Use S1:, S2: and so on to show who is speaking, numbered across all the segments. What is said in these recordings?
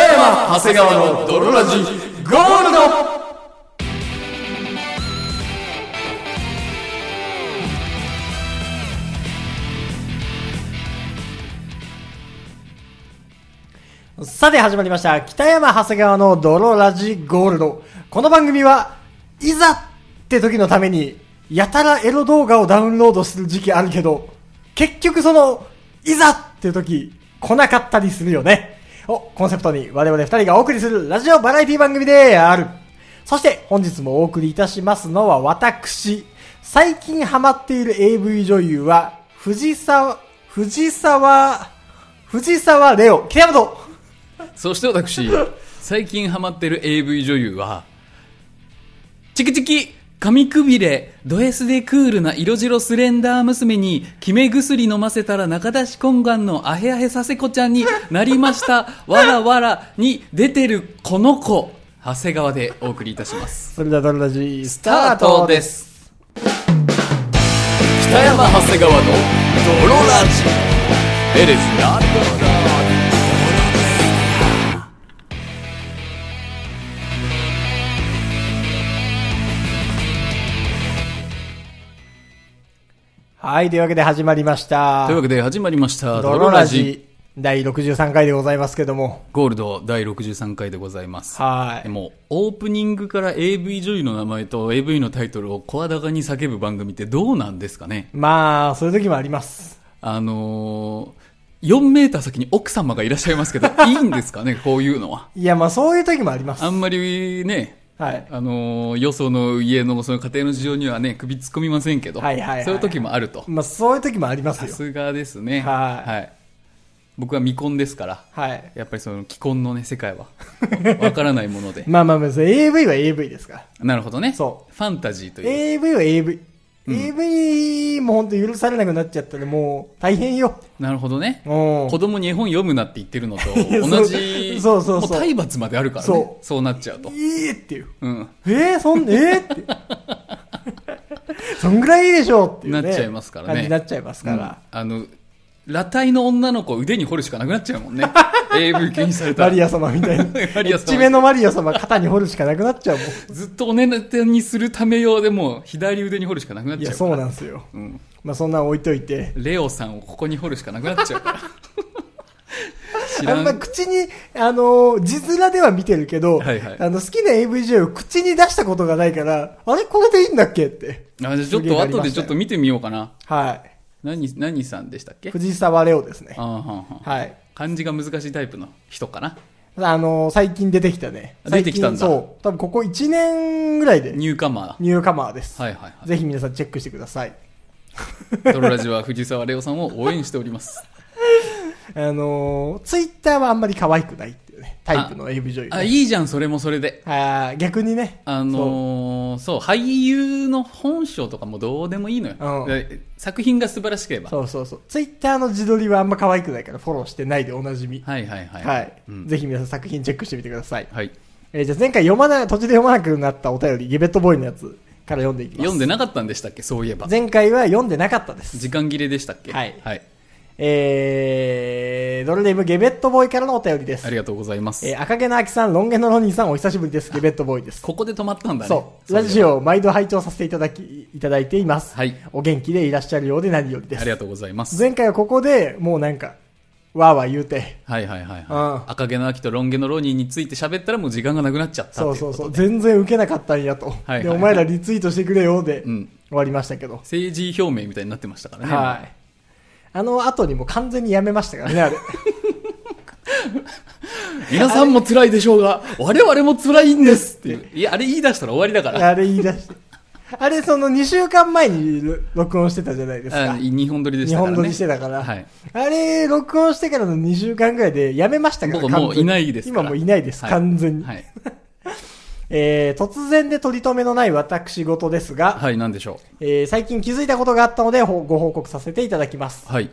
S1: 長谷川の泥ラジゴールド
S2: さて始まりました。北山長谷川の泥ラジゴールド。この番組は、いざって時のために、やたらエロ動画をダウンロードする時期あるけど、結局その、いざって時、来なかったりするよね。をコンセプトに我々二人がお送りするラジオバラエティ番組である。そして本日もお送りいたしますのは私。最近ハマっている AV 女優は、藤沢、藤沢、藤沢レオ、北山と
S1: そして私、最近ハマってる AV 女優は、チキチキ髪くびれ、ド S でクールな色白スレンダー娘に、決め薬飲ませたら中出し懇願のアヘアヘサセコちゃんになりました。わらわらに出てるこの子、長谷川でお送りいたします。
S2: それではドロラジス。
S1: スタートですす。北山長谷川の泥ラジ。It is not
S2: はい、というわけで始まりました。
S1: というわけで始まりました。
S2: ドロラジ第63回でございますけども。
S1: ゴールド第63回でございます。
S2: は
S1: でも、オープニングから AV 女優の名前と AV のタイトルを声高に叫ぶ番組ってどうなんですかね
S2: い。まあ、そういう時もあります。
S1: あのー、4メーター先に奥様がいらっしゃいます けど、いいんですかねこういうのは。
S2: いや、まあそういう時もあります。
S1: あんまりね、
S2: はい。
S1: あのー、よその家のその家庭の事情にはね、首突っ込みませんけど、
S2: はいはいはい
S1: そういう時もあると。
S2: まあそういう時もありま
S1: さ
S2: すよ。
S1: すがですね。
S2: はい
S1: はい。僕は未婚ですから、
S2: はい。
S1: やっぱりその既婚のね、世界は、わからないもので。
S2: まあまあまあ、それ AV は AV ですから。
S1: なるほどね。
S2: そ
S1: ファンタジーという。
S2: AV は AV。AV も本当許されなくなっちゃったらもう大変よ。
S1: なるほどね。
S2: うん。
S1: 子供に絵本読むなって言ってるのと
S2: いや
S1: 同じ、
S2: そうそうそうそう
S1: もう体罰まであるからね。
S2: そ
S1: そうなっちゃうと
S2: い。いっていう。
S1: うん。
S2: えー、そん、えー、っ て。そんぐらいいいでしょうっていう、ね。
S1: なっちゃいますからね
S2: 感じになっちゃいますから。
S1: うんあの、裸体の女の子を腕に掘るしかなくなっちゃうもん ね。AV 気にされた
S2: マリ
S1: ら。
S2: ア様みたいな。
S1: マリア様
S2: 一目のマリア様、肩に掘るしかなくなっ ちゃうもん。
S1: ずっとおねてにするため用でもう左腕に掘るしかなくなっ
S2: い
S1: ちゃ
S2: や、
S1: うから
S2: そうなんですよ。
S1: うん
S2: まあ、そんなん置いといて。
S1: レオさんをここに掘るしかなくなっちゃ うから。知
S2: あ
S1: ら
S2: んま
S1: ん。
S2: 口に、あのー、字面では見てるけど、
S1: はいはい
S2: あの、好きな AVJ を口に出したことがないから、あれこれでいいんだっけって。
S1: あじゃあちょっと後でちょっと見てみようかな。
S2: は
S1: 何、何さんでしたっ
S2: い。
S1: け
S2: 藤沢レオですね
S1: あ。はんはん
S2: はい。
S1: 漢字が難しいタイプの人かな
S2: あのー、最近出てきたね。
S1: 出てきたんだ
S2: 最近そう。多分ここ1年ぐらいで、
S1: ニューカマー
S2: ニューカマーです。
S1: はいはいは
S2: ぜひ皆さんチェックしてください。
S1: いドロラジは藤沢レオさんを応援しております
S2: あのー、ツイッターはあんまり可愛くないっていうね。タイプの AV 女優、ね。
S1: あいいじゃんそれもそれで
S2: あー逆にね。
S1: あのー、そう俳優の本性とかもどうでもいいのよ、
S2: う
S1: で作品が素晴らしければ
S2: そうそうそうそう。ツイッターの自撮りはあんま可愛くないからフォローしてないでおなじみ。
S1: はいはいはい
S2: はい、
S1: うん
S2: ぜひ皆さん作品チェックしてみてください。
S1: はい、
S2: えーじゃあ前回読まな、途中で読まなくなったお便り、ゲベットボーイのやつから読んでいきます。
S1: 読んでなかったんでしたっけそういえば
S2: 前回は読んでなかったです。
S1: 時間切れでしたっけ
S2: はい
S1: はい、
S2: えー、ドルネームゲベットボーイからのお便りです。
S1: ありがとうございます、
S2: えー赤毛の秋さん、ロン毛のロニーさん、お久しぶりです。ゲベットボーイです。
S1: ここで止まったんだね
S2: そう。ラジ
S1: オ
S2: オを毎度拝聴させていただき、いただいています。
S1: はい
S2: お元気でいらっしゃるようで何よりで
S1: あ
S2: す
S1: り。がとうございます
S2: 前回はここで、もうなんか、わーわー言うて、
S1: はいはいはい、は
S2: う
S1: い、赤毛の秋とロン毛のロニーについて喋ったらもう時間がなくなっちゃった
S2: そう
S1: ってい
S2: そう
S1: こと
S2: そう、
S1: で
S2: 全然受けなかったんやと。
S1: はい
S2: で、お前らリツイートしてくれよで、
S1: うん
S2: 終わりましたけど。
S1: 政治表明みたいになってましたからね、
S2: はい。あの後にもう完全にやめましたからね、あれ。
S1: 皆さんも辛いでしょうが、我々も辛いんですっていう。いや、あれ言い出したら終わりだから。
S2: あれ言い出して。あれ、その2週間前に録音してたじゃないです
S1: あ
S2: か。
S1: 日本撮りでし
S2: 日
S1: たから、
S2: 本
S1: ね。
S2: 撮りしてたから。
S1: はい。
S2: あれ、録音してからの2週間ぐらいでやめましたから、
S1: 僕は
S2: 完
S1: もう
S2: 全
S1: い
S2: に
S1: ないですから。
S2: 今もういないです、
S1: は
S2: 完全に。
S1: はい。
S2: えー、突然で取り留めのない私事ですが、
S1: はい、なんでしょ
S2: えー最近気づいたことがあったので、ほご報告させていただきます。
S1: う。はい。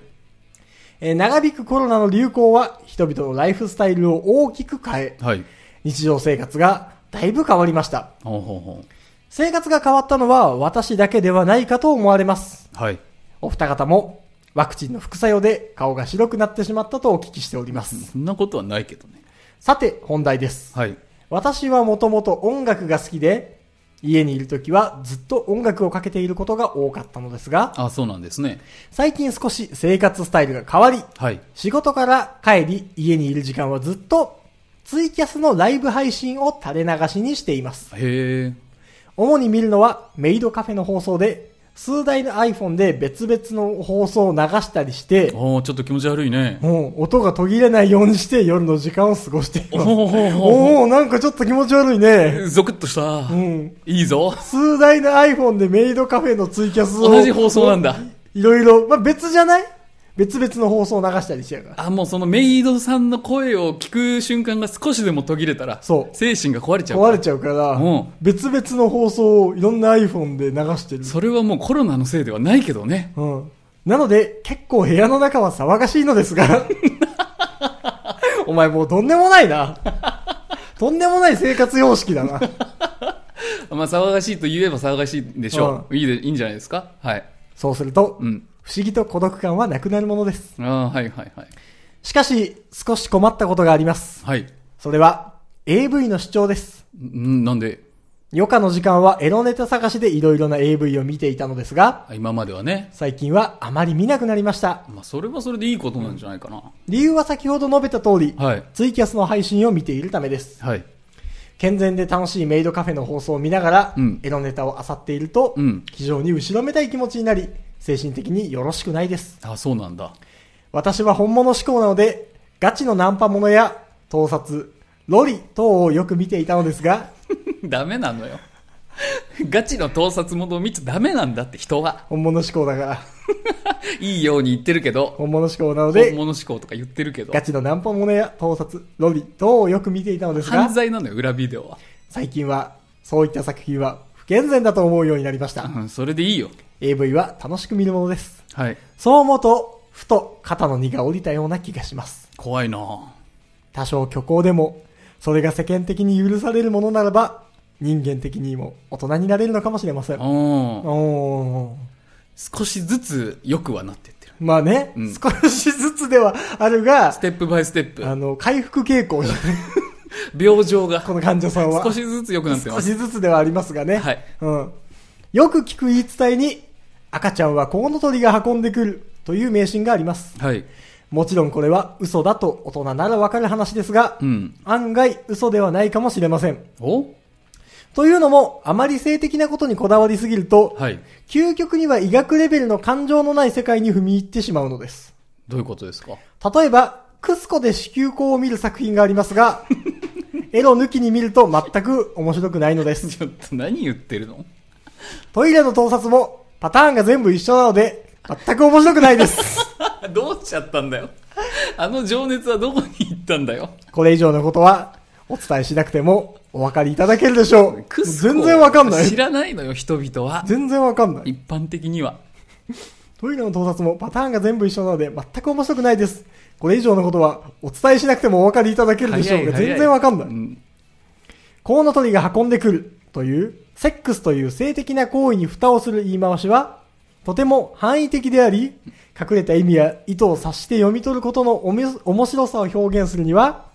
S2: えー長引くコロナの流行は人々のライフスタイルを大きく変え、
S1: はい。
S2: 日常生活がだいぶ変わりました。
S1: ほうほうほ
S2: 生活が変わったのは私だけではないかと思われます。
S1: う。はい。
S2: お二方もワクチンの副作用で顔が白くなってしまったとお聞きしております。
S1: そんなことはないけどね。
S2: さて、本題です。
S1: はい。
S2: 私はもともと音楽が好きで、家にいるときはずっと音楽をかけていることが多かったのですが、
S1: あ、そうなんですね。
S2: 最近少し生活スタイルが変わり、
S1: はい。
S2: 仕事から帰り、家にいる時間はずっと、ツイキャスのライブ配信を垂れ流しにしています。
S1: へえ。
S2: 主に見るのはメイドカフェの放送で、数台の iPhone で別々の放送を流したりして、
S1: おーちょっと気持ち悪いね。
S2: もう音が途切れないようにして夜の時間を過ごしています。
S1: おー
S2: おおなんかちょっと気持ち悪いね。
S1: ゾクッとした。
S2: うん。
S1: いいぞ。
S2: 数台の iPhone でメイドカフェのツイキャスを。
S1: 同じ放送なんだ。
S2: いろいろ、まあ、別じゃない別々の放送を流したりしてるから。
S1: あ、もうそのメイドさんの声を聞く瞬間が少しでも途切れたら、
S2: そう
S1: 精神が壊れちゃう。
S2: 壊れちゃうから、
S1: うん
S2: 別々の放送をいろんな iPhone で流してる。
S1: それはもうコロナのせいではないけどね。
S2: うん。なので、結構部屋の中は騒がしいのです が。お前もうとんでもないな。とんでもない生活様式だな。
S1: まあ騒がしいと言えば騒がしいんでしょう。いいで、いいんじゃないですかはい。
S2: そうすると、
S1: うん。
S2: 不思議と孤独感はなくなるものです。
S1: ああ、はいはいはい。
S2: しかし、少し困ったことがあります。
S1: はい。
S2: それは、AV の主張です。
S1: んなんで、
S2: 余暇の時間はエロネタ探しでいろいろな AV を見ていたのですが、
S1: あ今まではね。
S2: 最近はあまり見なくなりました。
S1: まあそれはそれでいいことなんじゃないかな。
S2: 理由は先ほど述べた通り、
S1: はい。
S2: ツイキャスの配信を見ているためです。
S1: はい。
S2: 健全で楽しいメイドカフェの放送を見ながら、
S1: うん
S2: エロネタを漁っていると、
S1: うん
S2: 非常に後ろめたい気持ちになり、精神的によろしくないです。
S1: あ、そうなんだ。
S2: 私は本物志向なので、ガチのナンパものや、盗撮、ロリ等をよく見ていたのですが、
S1: ダメなのよ。 ガチの盗撮ものを見ちゃダメなんだって人は。
S2: 本物志向だから、
S1: いいように言ってるけど、
S2: 本物志向なの
S1: 本
S2: で、
S1: 物志向とか言ってるけど
S2: ガ、チのナンパものや、盗撮、ロリ等をよく見ていたのですが
S1: 犯、罪なのよ、裏ビデオは。
S2: 最近は、そういった作品は不健全だと思うようになりました。
S1: うん、それでいいよ。
S2: AV は楽しく見るものです。
S1: はい。
S2: そう思うと、ふと肩の荷が下りたような気がします。
S1: 怖いな
S2: 多少虚構でも、それが世間的に許されるものならば、人間的にも大人になれるのかもしれません。お
S1: うん。
S2: ー
S1: 少しずつ良くはなってってる。
S2: まあね、
S1: うん
S2: 少しずつではあるが
S1: ス、テップバイステッ
S2: あ
S1: プ。
S2: の、回復傾向じゃない
S1: 病状が
S2: この患者さんは。
S1: 少しずつ良くなって
S2: 少
S1: ま
S2: し
S1: す。
S2: ずつではありますがね。
S1: はい
S2: うん。よく聞く言い伝えに、赤ちゃんはコウノトリが運んでくるという迷信があります。
S1: はい。
S2: もちろんこれは嘘だと大人ならわかる話ですが、
S1: うん。
S2: 案外嘘ではないかもしれません。
S1: お
S2: というのも、あまり性的なことにこだわりすぎると、
S1: はい。
S2: 究極には医学レベルの感情のない世界に踏み入ってしまうのです。
S1: どういうことですか
S2: 例えば、クスコで子宮口を見る作品があります が、エロ抜きに見ると全く面白くないのです。
S1: ちょっと何言ってるの
S2: トイレの盗撮もパターンが全部一緒なので、全く面白くないです。
S1: どうしちゃったんだよ。あの情熱はどこに行ったんだよ。
S2: これ以上のことは、お伝えしなくてもお分かりいただけるでしょう。
S1: クスコ
S2: 全然わかんない
S1: 知。らないのよ、人々は。
S2: 全然わかんない。
S1: 一般的には。
S2: トイレの盗撮もパターンが全部一緒なので全く面白くないです。これ以上のことはお伝えしなくてもお分かりいただけるでしょうが
S1: 早い
S2: 全然わかんな
S1: う
S2: い。コウノトリが運んでくるという、セックスという性的な行為に蓋をする言い回しは、とても範囲的であり、隠れた意味や意図を察して読み取ることのおみ面白さを表現するには、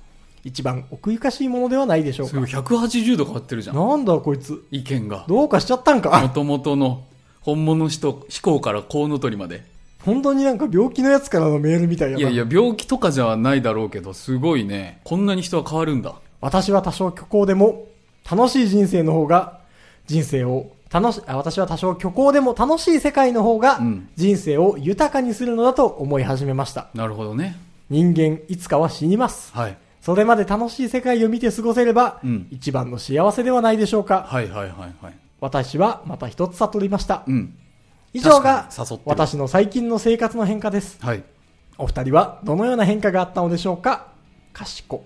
S2: 一番奥ゆかしいものではないでしょう
S1: すご
S2: か
S1: い、。180度変わってるじゃん。
S2: なんだこいつ。
S1: 意見が。
S2: どうかしちゃったん
S1: も
S2: か。
S1: ともとの本物人、飛行からコウノトリまで。
S2: 本当になんか病気のやつからのメールみたいや
S1: い
S2: な。
S1: やいや、病気とかじゃないだろうけど、すごいね。こんなに人は変わるんだ。
S2: 私は多少虚構でも楽しい人生の方が人生を楽しあ私は多少虚構でも楽しい世界の方が
S1: うん
S2: 人生を豊かにするのだと思い始めました
S1: なるほどね。
S2: 人間いつかは死にます
S1: はい。
S2: それまで楽しい世界を見て過ごせれば、
S1: うん
S2: 一番の幸せではないでしょうか
S1: はいはいはいはい。
S2: 私はまた一つ悟りました
S1: うん。
S2: 以上が
S1: 確かに誘ってる
S2: 私の最近の生活の変化です
S1: はい。
S2: お二人はどのような変化があったのでしょうかかしこ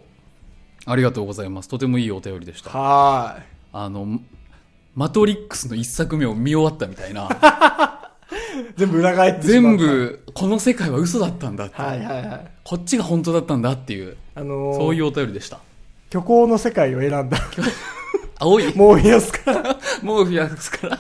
S1: ありがとうございます。とてもいいお便りでした。
S2: はーい
S1: あの、マトリックスの一作目を見終わったみたいな。
S2: 全部裏返ってしま
S1: 全
S2: った
S1: 部、この世界は嘘だったんだって。
S2: はいはいはい
S1: こっちが本当だったんだっていう、
S2: あのー
S1: そういうお便りでした。
S2: 虚構の世界を選んだ。
S1: 青い、
S2: もういいですから。こ
S1: モーフィアス から、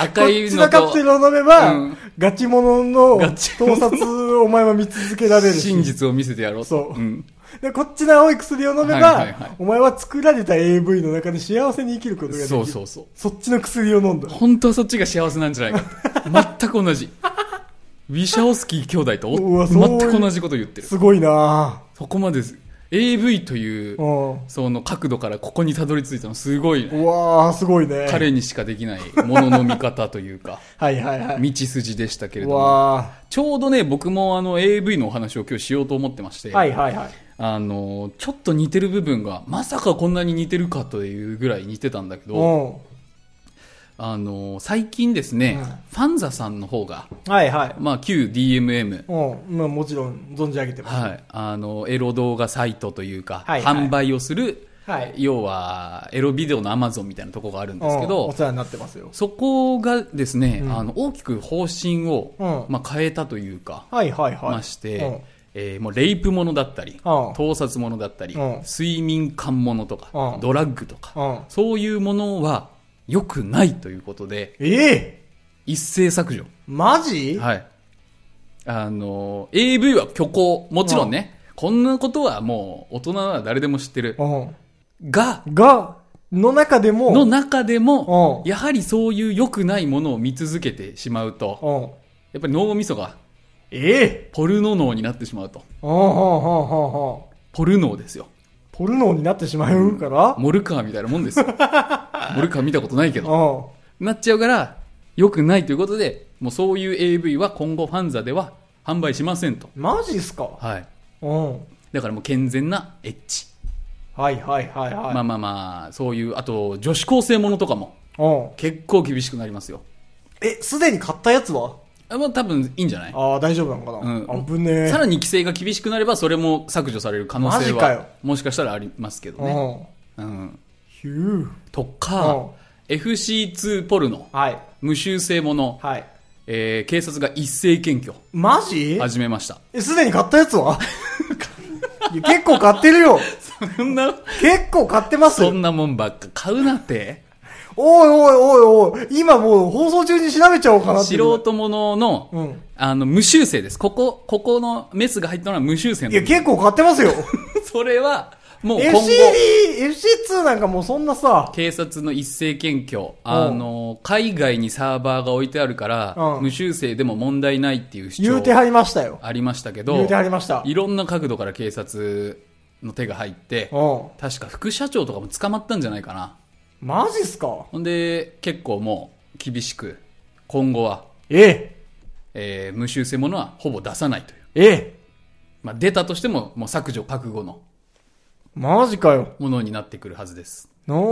S1: 赤
S2: っ
S1: い
S2: ち
S1: の
S2: のカプセ
S1: と、
S2: ルを飲めば、
S1: うん
S2: ガチモノの
S1: ガチ
S2: 盗撮をお前は見続けられるし。
S1: 真実を見せてやろうと
S2: そう
S1: うん
S2: で、こっちの青い薬を飲めば、
S1: はいはいはい
S2: お前は作られた AV の中で幸せに生きることができる。
S1: そうそうそう。
S2: そっちの薬を飲んだ。
S1: 本当はそっちが幸せなんじゃないか って。全く同じ。ウィシャオスキー兄弟とお
S2: うわそういう
S1: 全く同じこと言ってる。
S2: すごいな
S1: そこまでです。AV という
S2: ぁ。、うん。
S1: その角度からここにたどり着いたのすごいね。
S2: うわー、すごいね。
S1: 彼にしかできないものの見方とい うか、
S2: はいはいはい。
S1: 道筋でしたけれ
S2: う
S1: ども。
S2: わ
S1: ちょうどね、僕もあの AV のお話を今日しようと思ってまして、
S2: ー。はいはいはい。
S1: あの、ちょっと似てる部分が、まさかこんなに似てるかというぐらい似てたんだけ
S2: う
S1: ど、
S2: ん。
S1: あの、最近ですね、
S2: うん
S1: ファンザさんの方が、
S2: はいはい。
S1: まあ、旧 DMM、
S2: うん。まあもちろん、存じ上げてます。
S1: はい、あのエロ動画サイトというか、
S2: はいはい
S1: 販売をする、
S2: はい
S1: 要はエロビデオのアマゾンみたいなとこがあるんですけ
S2: うんお
S1: ど、
S2: 世話になってますよ。
S1: そこがですね、
S2: うん
S1: あの大きく方針を、
S2: うん
S1: まあ、変えたというか、
S2: はいはいはい。
S1: まして、
S2: うん
S1: えーもうレイプものだったり、盗撮ものだったり、
S2: うん
S1: 睡眠感ものとか、
S2: うん
S1: ドラッグとか、
S2: うん。うん。
S1: そういうものは良くないということで、
S2: ええ
S1: 一斉削除。
S2: マジ
S1: はい。あの、AV は虚構。もちろんね、こんなことはもう大人は誰でも知ってる。
S2: う
S1: が、
S2: ん。が、の中でも、
S1: の中でも、
S2: うん
S1: やはりそういう良くないものを見続けてしまうと、
S2: うん。
S1: やっぱり脳みそが
S2: ええ
S1: ポルノ脳になってしまうと。
S2: うんうんうんうんうん。
S1: ポルノですよ。
S2: ポルノになってしまうから、
S1: モルカーみたいなもんで すよ。モルカー見たことないけど。
S2: うん。
S1: なっちゃうから、良くないということで、もうそういう AV は今後ファンザでは販売しませんと。
S2: マジっすか
S1: はい。
S2: うん。
S1: だからもう健全なエッチ。
S2: はいはいはいはい。
S1: まあまあまあ、そういう、あと、女子高生ものとかも、
S2: うん。
S1: 結構厳しくなりますよ。
S2: え、すでに買ったやつは
S1: あまあ多分いいんじゃない
S2: ああ、大丈夫なのかな、
S1: うん
S2: 危ねえ。
S1: さらに規制が厳しくなれば、それも削除される可能性
S2: マジかよ
S1: は、もしかしたらありますけどね。
S2: うん。
S1: うん。
S2: ヒュー。
S1: とか、FC2 ポルノ、
S2: はい。
S1: 無修正もの、
S2: はい。
S1: えー警察が一斉検挙、
S2: マジ
S1: 始め ました。
S2: え、すでに買ったやつは いや結構買ってるよ。
S1: そんな、
S2: 結構買ってます
S1: そ
S2: よ。
S1: んなもんばっか買うなって。
S2: おいおいおいおい、今もう放送中に調べちゃおうかなって。
S1: 素人ものの、
S2: うん。
S1: あの、無修正です。ここ、ここのメスが入ったのは無修正
S2: い
S1: な
S2: や、
S1: の。
S2: 結構買って ますよ。
S1: それは、もう今後。
S2: FCD、FC2 なんかもうそんなさ、
S1: 警察の一斉検挙、あの、海外にサーバーが置いてあるから、
S2: うん
S1: 無修正でも問題ないっていう主
S2: 言うて
S1: 張
S2: はりましたよ。
S1: ありましたけ
S2: 言
S1: ど
S2: うて、はりました。
S1: いろんな角度から警察の手が入って、
S2: うん。
S1: 確か副社長とかも捕まったんじゃないかな。
S2: マジっすか
S1: ほんで、結構もう厳しく、今後は、
S2: ええ。
S1: えー無修正ものはほぼ出さないという。
S2: ええ。
S1: まあ、出たとしても、もう削除覚悟の
S2: マジかよ。
S1: ものになってくるはずです。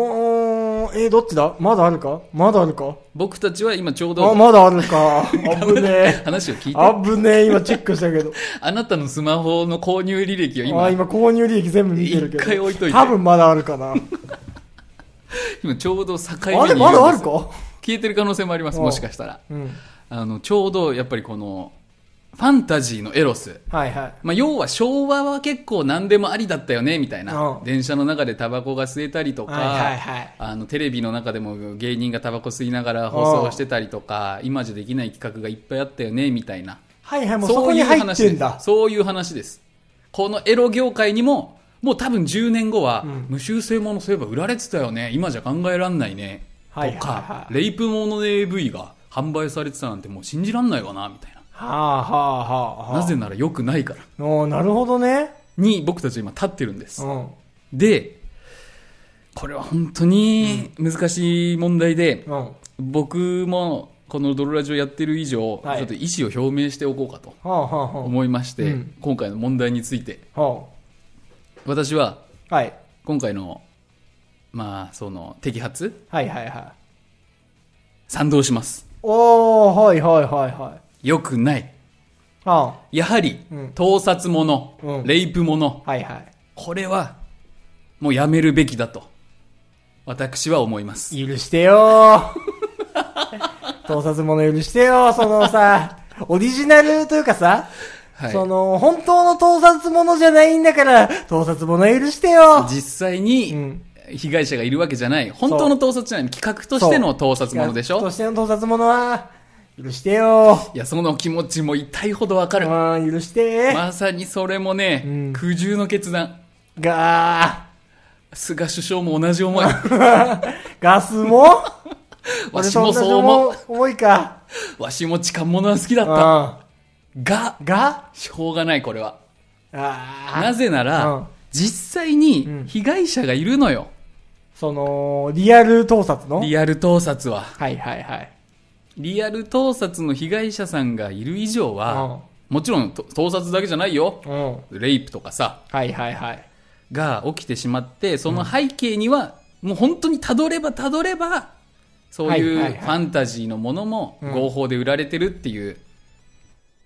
S2: のー、えー、どっちだまだあるかまだあるか
S1: 僕たちは今ちょう
S2: あ、
S1: ど、
S2: まだある か。あぶねえ。
S1: 話を聞いて
S2: あぶねえ、今チェックしたけど。
S1: あなたのスマホの購入履歴を
S2: あ
S1: 今、
S2: 今購入利益全部見てるけど。
S1: 一回置いといて
S2: 多分まだあるか な。
S1: 今ちょうど境目に
S2: あ
S1: い
S2: れ
S1: るんです
S2: まだあるか
S1: 消えてる可能性もあります、
S2: うん
S1: もしかしたら。
S2: うん。
S1: あの、ちょうどやっぱりこの、ファンタジーのエロス。
S2: はいはい。
S1: まあ、要は昭和は結構何でもありだったよね、みたいな
S2: う。ん
S1: 電車の中でタバコが吸えたりとか、
S2: はいはいはい
S1: あの、テレビの中でも芸人がタバコ吸いながら放送してたりとか、今じゃできない企画がいっぱいあったよね、みたいな。
S2: はいはい、もうそ
S1: そ
S2: こ
S1: うい
S2: に
S1: う
S2: 入っ
S1: 話
S2: て
S1: で
S2: ん
S1: す
S2: だ。。
S1: そういう話です。このエロ業界にも、もう多分10年後は、
S2: うん
S1: 無修正ものそういえば売られてたよね。今じゃ考えらんないね。
S2: はい
S1: と
S2: はいは
S1: か、
S2: い
S1: レイプものの AV が販売されてたなんてもう信じらんないわな、みたいな。
S2: はあはあはあはあ。
S1: なぜなら良くないから。
S2: おーなるほどね。
S1: に僕たち今立ってるんで
S2: う
S1: す。
S2: ん。
S1: で、これは本当に難しい問題で、
S2: うん。は
S1: 僕もこのドロラジオやってる以上、
S2: はい
S1: ちょっと意思を表明しておこうかと
S2: あはあは
S1: 思いまして、
S2: うん
S1: 今回の問題について、
S2: あ。は
S1: 私は
S2: あ。はい。
S1: 今回の、まあ、その、摘発、
S2: はいはいはい。
S1: 賛同します。
S2: おー、はいはいはいはい。
S1: 良くない。
S2: あ
S1: やはり、
S2: うん
S1: 盗撮もの、
S2: うん
S1: レイプもの、
S2: あ。はいはい。
S1: これは、もうやめるべきだと、私は思います。
S2: 許してよ ー盗撮物許してよーそのさ、オリジナルというかさ、
S1: はい
S2: その、本当の盗撮物じゃないんだから、盗撮物許してよ
S1: 実際
S2: う
S1: に
S2: ん、
S1: 被害者がいるわけじゃない。本当の盗撮じゃない。企画としての盗撮ものでし
S2: と
S1: ょ
S2: しての盗撮物は、許してよ
S1: いや、その気持ちも痛いほどわかる。
S2: うん、許して
S1: まさにそれもね、
S2: うん
S1: 苦渋の決断。
S2: が
S1: 菅首相も同 じ思い。
S2: ー、ガスも
S1: わしもそう思う。
S2: う。重いか。
S1: わしも痴漢者は好きだ
S2: うん。
S1: った。
S2: が
S1: が、
S2: あ
S1: しょうがない、これは。
S2: あ。
S1: なぜなら、
S2: うん
S1: 実際
S2: うん
S1: に被害者がいるのよ。
S2: その、リアル盗撮の
S1: リアル盗撮は。
S2: はいはいはい。
S1: リアル盗撮の被害者さんがいる以上は、もちろんと盗撮だけじゃないよ。
S2: うん。うん。
S1: レイプとかさ、
S2: はいはいはい。
S1: が起きてしまって、その背景には、もう本当にたどればたどれば、そうい
S2: はいはいうは
S1: フ
S2: い
S1: ァンタジーのものも
S2: うん
S1: 合法で売られてるっていう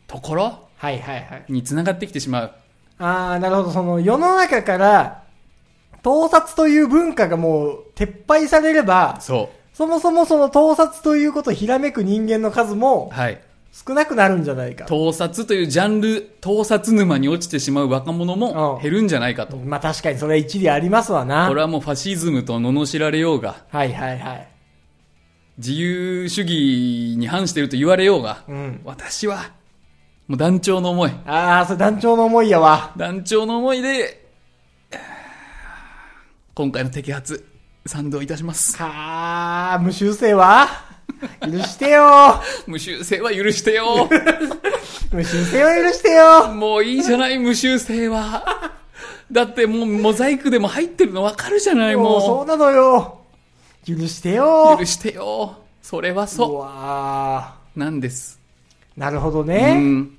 S1: ところ
S2: はいはいはい。
S1: に繋がってきてしまう。
S2: ああ、なるほど。その、世の中から、盗撮という文化がもう撤廃されれば、
S1: そ
S2: そもそもその盗撮ということをひらめく人間の数
S1: う。
S2: も
S1: はい。
S2: 少なくなるんじゃないか。
S1: 盗撮というジャンル、盗撮沼に落ちてしまう若者
S2: う
S1: も
S2: ん
S1: 減るんじゃないかと。
S2: まあ確かにそれは一理ありますわな。
S1: これはもうファシズムと罵られようが、
S2: はいはいはい。
S1: 自由主義に反してると言われようが、
S2: うん。
S1: 私は、もう団長の思い。
S2: ああ、それ団長の思いやわ。
S1: 団長の思いで、今回の摘発、賛同いたします。
S2: かあ、無修正は許して よ。
S1: 無修正は許してよ。
S2: 無修正は許してよ。
S1: もういいじゃない、無修正は。だってもうモザイクでも入ってるのわかるじゃない、
S2: もうそ
S1: も
S2: うなのよ。許して
S1: う。
S2: よ
S1: 許。してよ。それは
S2: う
S1: そ
S2: わ
S1: う。なんです。
S2: ーなるほど
S1: う
S2: ね。
S1: ん。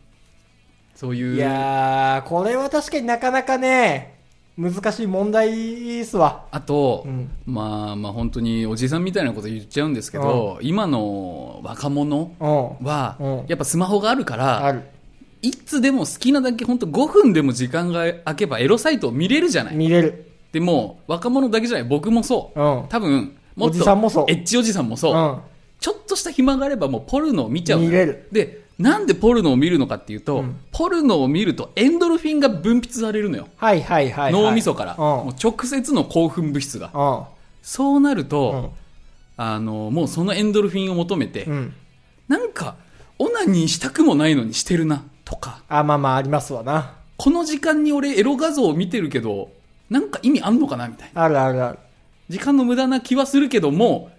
S1: そういう。
S2: いやー、これは確かになかなかね、難しい問題っすわ。
S1: あと、
S2: うん
S1: まあまあ本当におじさんみたいなこと言っちゃうんですけど、今の若者
S2: うん。
S1: は
S2: うん、
S1: やっぱスマホがあるから、
S2: ある。
S1: いつでも好きなだけ本当5分でも時間が空けばエロサイトを見れるじゃない。
S2: 見れる。
S1: でも若者だけじゃない僕もそう。
S2: うん。
S1: 多分もっ
S2: おじさんもそう
S1: とエッチおじさんもそう。
S2: うん。
S1: ちょっとした暇があればもうポルノを見ちゃうのよ
S2: 見れる
S1: で、なんでポルノを見るのかっていうと、
S2: うん
S1: ポルノを見るとエンドルフィンが分泌されるのよ。
S2: はいはいはい、はい。
S1: 脳みそから、
S2: うん。
S1: もう直接の興奮物質が。そうなると、あの、もうそのエンドルフィンを求めて、
S2: うん。うん。
S1: なんか、オナニーしたくもないのにしてるな、とか。
S2: あ、まあまあ、ありますわな。
S1: この時間に俺エロ画像を見てるけど、なんか意味あんのかなみたいな。
S2: あるあるある。
S1: 時間の無駄な気はするけども、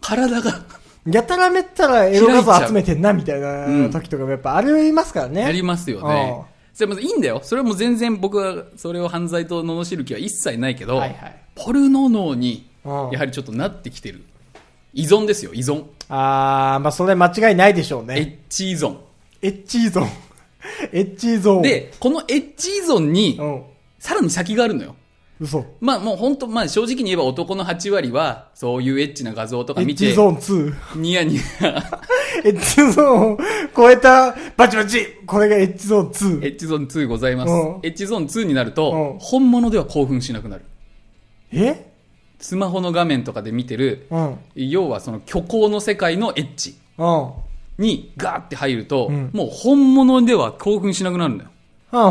S1: 体が
S2: やたらめったらエロ画像集めてんな、みたい
S1: うん
S2: な時とかもやっぱありますからね。
S1: やりますよね
S2: ああ。
S1: それもいいんだよ。それはもう全然僕は、それを犯罪と罵る気は一切ないけど、
S2: はいはい。
S1: ポルノ脳に、
S2: うん
S1: やはりちょっとなってきてる。依存ですよ、依存。
S2: あー、まあそれ間違いないでしょう
S1: エ
S2: ね。
S1: ッチ依存。
S2: エッチーゾーン。 エッチーゾーン。、
S1: で、このエッチ依存に
S2: う、ん。
S1: さらに先があるのよ。
S2: 嘘。
S1: まあもう本当、まあ正直に言えば男の8割は、そういうエッチな画像と
S2: エ
S1: か
S2: ッ
S1: 見
S2: チー
S1: て、
S2: ゾーン2。
S1: ニヤニヤ。
S2: エッチゾーンを超えた、バチバチこれがエッチゾーン
S1: エ
S2: 2。
S1: ッジゾーン2ございます。
S2: うん
S1: エッジゾーン2になると、
S2: うん
S1: 本物では興奮しなくなる。
S2: え
S1: スマホの画面とかで見てる、
S2: うん。うん。
S1: 要はその虚構の世界のエッジ
S2: うん。
S1: にガーって入ると、
S2: うん
S1: もう本物では興奮しなくなるんだよ。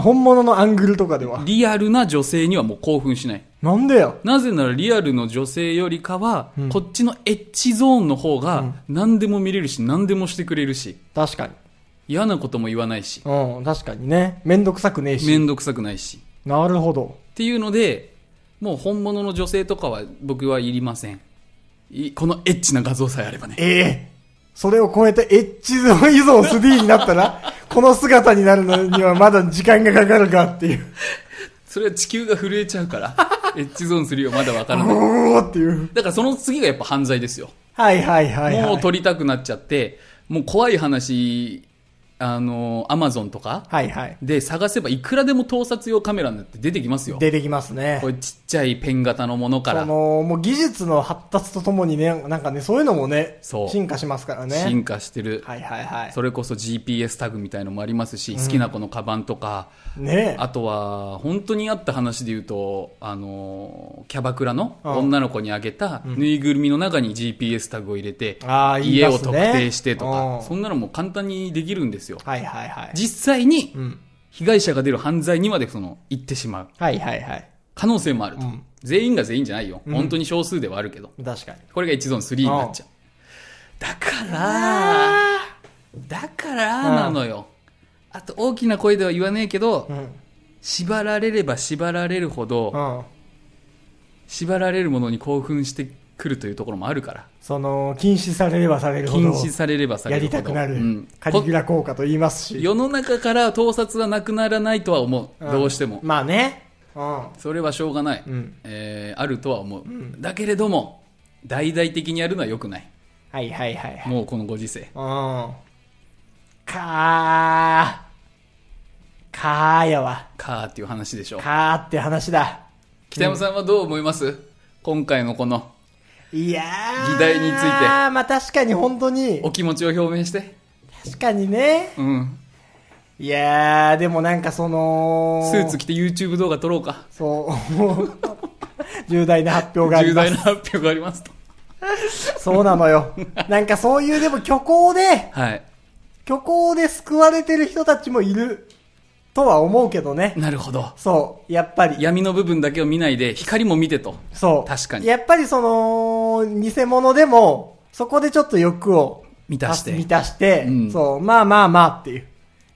S2: 本物のアングルとかでは。
S1: リアルな女性にはもう興奮しない。
S2: なんでよ。
S1: なぜならリアルの女性よりかは、
S2: うん
S1: こっちのエッジゾーンの方
S2: うん
S1: が何でも見れるし何でもしてくれるし、
S2: 確かに。
S1: 嫌なことも言わないし、
S2: うん、確かにね。めんどくさくねえ
S1: め
S2: し。
S1: んどくさくないし。
S2: なるほど。
S1: っていうので、もう本物の女性とかは僕はいりません。いこのエッチな画像さえあればね。
S2: ええそれを超えたエッチゾ依存3になったら、 この姿になるのにはまだ時間がかかるかっていう。
S1: それは地球が震えちゃうから、エッチゾーンするよまだわからない。
S2: おーっていう。
S1: だからその次がやっぱ犯罪ですよ。
S2: はいはいはい、はい。
S1: もう撮りたくなっちゃって、もう怖い話、あの、アマゾンとか
S2: はいはい。
S1: で探せばいくらでも盗撮用カメラなんて出てきますよ。
S2: 出てきますね
S1: こ。ういうちっちゃいペン型のものか
S2: そ
S1: ら、
S2: の、もう技術の発達とともにね、なんかね、そういうのもね、
S1: そう
S2: 進化しますからね。
S1: 進化してる。
S2: はいはいはい。
S1: それこそ GPS タグみたいのもありますし、好きな子のカバンとか、
S2: ねえ。
S1: あとは、本当にあった話で言うと、あのー、キャバクラの
S2: うん
S1: 女の子にあげた
S2: うん
S1: ぬいぐるみの中に GPS タグを入れて、
S2: ああ、いいで
S1: 家を
S2: す
S1: 特
S2: ね。
S1: 定してと
S2: うん
S1: か、そんなのも簡単にできるんですよ。
S2: はいはいはい。
S1: 実際に
S2: うん。
S1: 被害者が出る犯罪にまでその行ってしまう
S2: はいはいはい。
S1: 可能性もあると
S2: うん。
S1: 全員が全員じゃないよ。
S2: うん
S1: 本当に少数ではあるけど。
S2: 確かに。
S1: これが1ゾーン3になっちゃう。だから、
S2: あ
S1: だからなのよ。あと大きな声では言わねえけど、
S2: うん。
S1: 縛られれば縛られるほど、
S2: うん。
S1: 縛られるものに興奮してくるというところもあるから。
S2: その、禁止されればされるほ
S1: 禁
S2: ど。
S1: 止されればされ
S2: や
S1: る
S2: り
S1: ほど。
S2: たくなる。
S1: うん
S2: カリ
S1: こ
S2: ギュラ効果と言いますし。
S1: 世の中から盗撮はなくならないとは思う。
S2: ん
S1: どうしても。
S2: まあね。うん。
S1: それはしょうがない。
S2: うん
S1: えーあるとは思う。だけれども、大々的にやるのは良くない。
S2: はいはいはいはい。
S1: もうこのご時世。
S2: うん。かー。かーやわ。
S1: かーっていう話でしょ。
S2: かーって話だ。
S1: 北山さんはどう思います、今回のこの
S2: いやー。
S1: 議題について
S2: まあ確かに本当に。
S1: お気持ちを表明して。
S2: 確かにね。
S1: うん。
S2: いやー、でもなんかその。
S1: スーツ着て YouTube 動画撮ろうか。
S2: そう。もう重大な発表があり
S1: 重
S2: ま
S1: 大
S2: す
S1: な。発表がありますと。
S2: そうなのよ。なんかそういうでも虚構で、
S1: はい。
S2: 虚構で救われてる人たちもいる。とは思うけどね。
S1: なるほど。
S2: そう。やっぱり。
S1: 闇の部分だけを見ないで、光も見てと。
S2: そう。
S1: 確かに
S2: やっぱりその、偽物でも、そこでちょっと欲を
S1: 満たして
S2: 満たして、
S1: うん
S2: そう、まあまあまあっていう。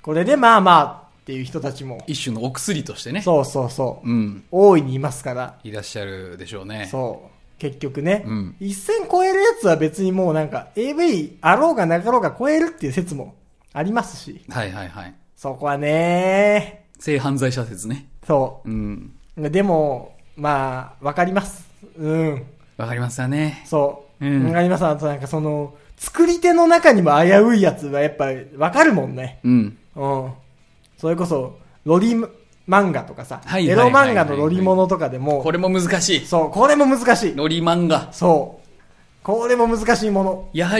S2: これでまあまあっていう人たちも、
S1: 一種のお薬としてね。
S2: そうそうそう、
S1: うん。
S2: 大いにいますから、
S1: いらっしゃるでしょうね。
S2: そう。結局ね、
S1: うん
S2: 一線超えるやつは別にもうなんか AV あろうがなかろうが超えるっていう説もありますし、
S1: はいはいはい。
S2: そこはね、
S1: 性犯罪者説ね。
S2: そ
S1: うん。
S2: う。でも、まあ、わかります。うん。
S1: わかりますよね。
S2: そう。
S1: うん
S2: わかります。あとなんかその、作り手の中にも危ういやつはやっぱわかるもんね。
S1: うん。
S2: うん。それこそ、ロリ漫画とかさ、
S1: はいはいはいはい
S2: エロ漫画のロリものとかでも、
S1: これも難しい。
S2: そう、これも難しい。
S1: ロリ漫画。
S2: そう。これも難しいも
S1: やは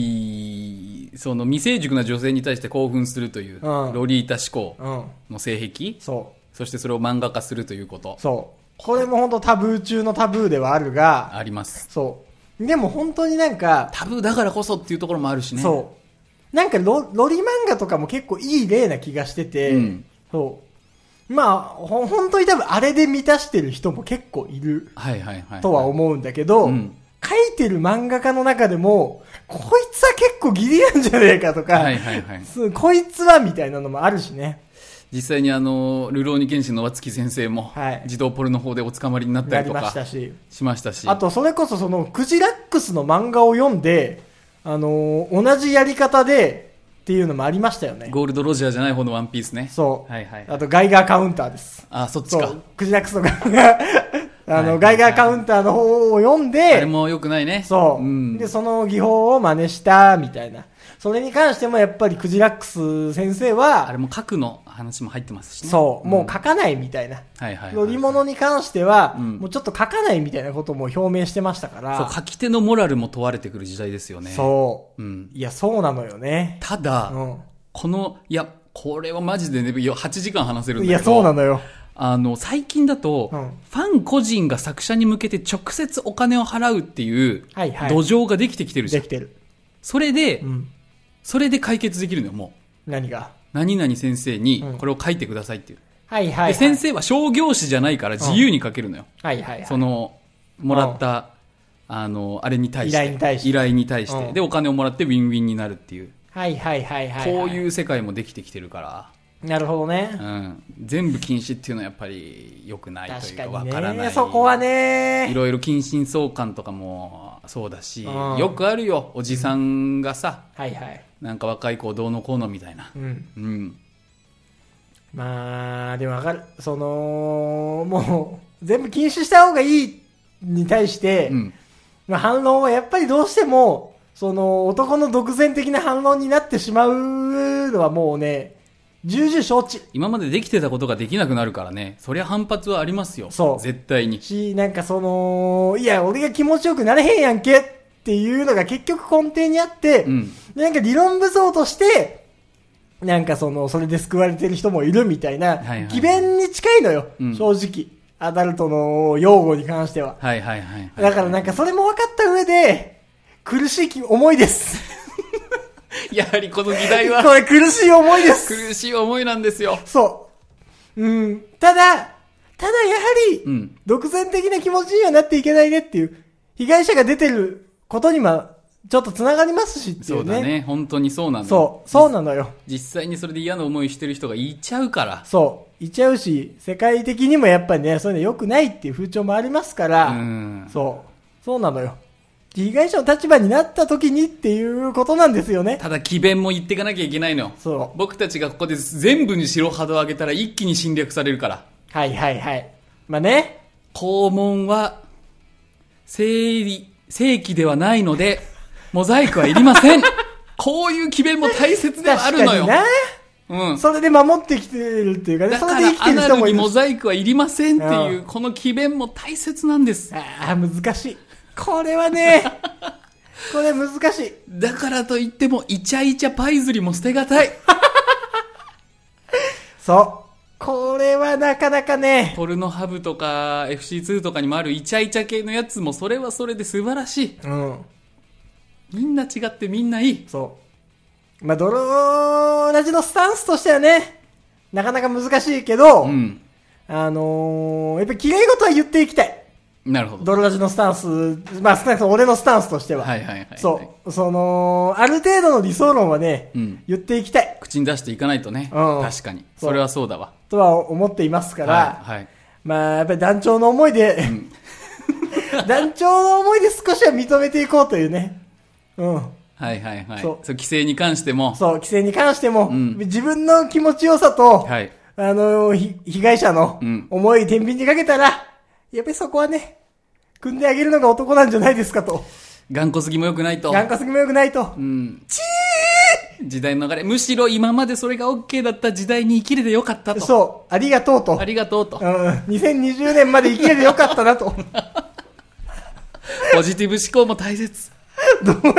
S1: り、その未成熟な女性に対して興奮するという、
S2: うん
S1: ロリータ思考
S2: の。うん。
S1: の性癖、
S2: そ
S1: そしてそれを漫画化するということ
S2: う。、そう。これも本当タブー中のタブーではあるが、
S1: あります。
S2: そう。でも本当になんか、
S1: タブーだからこそっていうところもあるしね。
S2: そう。なんかロ、ロリ漫画とかも結構いい例な気がしてて、
S1: うん
S2: そう。まあ、ほ、本当に多分あれで満たしてる人も結構いる
S1: はいはいはい。
S2: とは思うんだけど、
S1: うん
S2: 書いてる漫画家の中でも、こいつは結構ギリなんじゃねえかとか、
S1: はいはいはい
S2: そうこいつはみたいなのもあるしね。
S1: 実際にあの、ルローニケンシンの和月先生も、
S2: はい
S1: 児童ポルの方でお捕まりになった
S2: な
S1: り
S2: り
S1: と
S2: まし
S1: か
S2: たし。
S1: しましたし。
S2: あと、それこそその、クジラックスの漫画を読んで、あのー同じやり方でっていうのもありましたよね。
S1: ゴールドロジャーじゃない方のワンピースね。
S2: そう。
S1: はいはい
S2: あと、ガイガーカウンターです。
S1: あ、そっち
S2: そ
S1: か
S2: う。、クジラクソが、あ
S1: はい
S2: の、ガイガーカウンターの方を読ん
S1: あれ
S2: で、
S1: も良くないね。
S2: そう、
S1: ん
S2: で、その技法を真似した、みたいな。それに関してもやっぱりクジラックス先生
S1: あ
S2: は
S1: れ、も核の話も入ってますしね。
S2: そう、
S1: ん
S2: もう書かないみたいな。
S1: はいはいはい。
S2: 乗り物に関しては、
S1: うん
S2: もうちょっと書かないみたいなことも表明してましたか
S1: そう、
S2: ら、
S1: 書き手のモラルも問われてくる時代ですよね。
S2: そう。
S1: うん。
S2: いや、そうなのよね。
S1: ただ、
S2: う
S1: この、いや、これはマジでね、いや8時間話せるん
S2: ん。
S1: だ
S2: い
S1: けど。
S2: や、そうなのよ。
S1: あの、最近だと、
S2: うん
S1: ファン個人が作者に向けて直接お金を払うっていう、
S2: はいはい
S1: 土壌ができてきてるじゃ
S2: で
S1: ん。
S2: きてる。
S1: それで、
S2: うん。
S1: それで解決できるのよ、もう。
S2: 何が。
S1: 何々先生に
S2: うん、
S1: これを書いてくださいっていう。
S2: はいはい、はい。
S1: で、先生は商業誌じゃないから自由に書けるのよ。
S2: はいはい、はい。
S1: その、もらった、あの、あれに対して。
S2: 依頼に対して
S1: 依頼に対して
S2: うん
S1: で、お金をもらってウィンウィンになるっていう。
S2: はいはいはいはい、。
S1: こういうう世界もできてきてるか
S2: なるほどね。
S1: ら、うん。全部禁止っていうのはやっぱり良くないとい
S2: 確か
S1: うか、
S2: に
S1: わ
S2: ね
S1: からない。
S2: そこは。ね
S1: いろいろ近親相関とかもそうだし、
S2: うん
S1: よくあるよ。おじさんがさ、
S2: はいはい
S1: なんか若い子どうのこうのみたいな
S2: う。ん
S1: うん。
S2: まあでもわかるそのもう全部禁止した方がいいに対して、
S1: うん。
S2: まあ、反論はやっぱりどうしてもその男の独善的な反論になってしまうのはもうね重々承知
S1: 今までできてたことができなくなるからね、そりゃ反発はありますよ。
S2: そう
S1: 絶対に。
S2: しなんかそのいや俺が気持ちよくなれへんやんけっていうのが結局根底にあって、
S1: うん。
S2: でなんか理論武装として、なんかその、それで救われてる人もいるみたいな、
S1: はいはい
S2: 詭弁に近いのよ、
S1: うん
S2: 正直。アダルトの用語に関しては。
S1: はいはいはい、はい。
S2: だからなんかそれも分かった上で、苦しいき思いです。
S1: やはりこの議題は
S2: これ苦しい思いです。
S1: 苦しい思いなんですよ。
S2: そう。うん。ただ、ただやはり、
S1: うん。
S2: 独善的な気持ちにはなっていけないねっていう、被害者が出てることには、ちょっと繋がりますしってい
S1: そううだ
S2: ね。
S1: ね。本当にそうなの。
S2: そう、そうなのよ。
S1: 実際にそれで嫌な思いしてる人がいちゃうから。
S2: そう、いっちゃうし、世界的にもやっぱりね、そういうの良くないっていう風潮もありますから、
S1: うん。
S2: そう、そうなのよ。被害者の立場になった時にっていうことなんですよね。
S1: ただ、詭弁も言っていかなきゃいけないのよ。
S2: そう。
S1: 僕たちがここで全部に白肌を上げたら一気に侵略されるから。
S2: はいはいはい。まあね、
S1: 肛門は、生理、正規ではないので、モザイクはいりま せん。こういう詭弁も大切ではあ
S2: 確
S1: るの
S2: か
S1: よ
S2: に。な。
S1: うん。
S2: それで守ってきてるっていうかね、
S1: だ
S2: そ
S1: か
S2: れで
S1: ら
S2: 生き、て
S1: ア
S2: る
S1: ナ
S2: 人
S1: ル
S2: もい
S1: に
S2: る
S1: モ。ザイクはいりませんっていうう、この詭弁も大切なんです。
S2: ああ、難しい。これは ね、これ難しい。
S1: だからといっても、イチャイチャパイズリも捨てが たい。
S2: そう。これはなかなかね、
S1: ポルノハブとか FC2 とかにもあるイチャイチャ系のやつもそれはそれで素晴らしい。
S2: うん、
S1: みんな違ってみんないい。
S2: そう。まあ、ドローラジのスタンスとしてはね、なかなか難しいけど、
S1: うん。
S2: あのー、やっぱり綺麗事は言っていきたい。
S1: なるほど。
S2: ドロラジのスタンス、まあ少なくとも俺のスタンスとしては。
S1: はいはいはい、はい。
S2: そう。その、ある程度の理想論はね、
S1: うん
S2: 言っていきたい
S1: 口に出していかないとね。
S2: うん
S1: 確かに。
S2: そう
S1: それはそうだわ。
S2: とは思っていますから、
S1: はい。はい。
S2: まあやっぱり団長の思いで、
S1: ん
S2: 団長の思いで少しは認めていこうというね。うん。
S1: はいはいはい。
S2: そう
S1: そう、規制に関しても。
S2: そう、規制に関しても、
S1: ん
S2: 自分の気持ちよさと、
S1: はい。
S2: あの、ひ被害者の
S1: うん
S2: 思い天秤にかけたら、やっぱりそこはね、組んであげるのが男なんじゃないですかと。
S1: 頑固すぎも良くないと。
S2: 眼科すぎも良くないと。
S1: うん。時代の流れ。むしろ今までそれが OK だった時代に生きれてよかったと。
S2: そう、ありがとうと。
S1: ありがとうと
S2: う。ん、2020年まで生きれてよかった なと。
S1: ポジティブ思考も大切。
S2: どういう、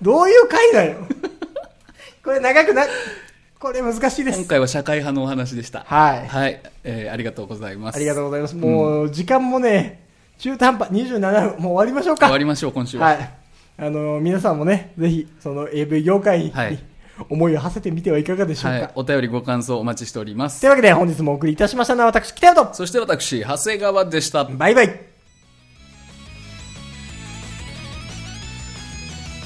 S2: どういう回だよ。これ長くな、これ難しいで
S1: 今
S2: す。
S1: 回は社会派のお話でした。
S2: はい。
S1: はい、えーありがとうございます。
S2: ありがとうございます。もう、時間もね、中途半端、27分、もう終わりましょうか。
S1: 終わりましょう、今週は。
S2: はい。あの、皆さんもね、ぜひ、その AV 業界に
S1: はい
S2: 思いを馳せてみてはいかがでしょうか。
S1: はい、お便りご感想お待ちしておりま
S2: とい
S1: す。
S2: うわけで、本日もお送りいたしましたのは私、北野と、
S1: そして私、長谷川でした。
S2: バイバイ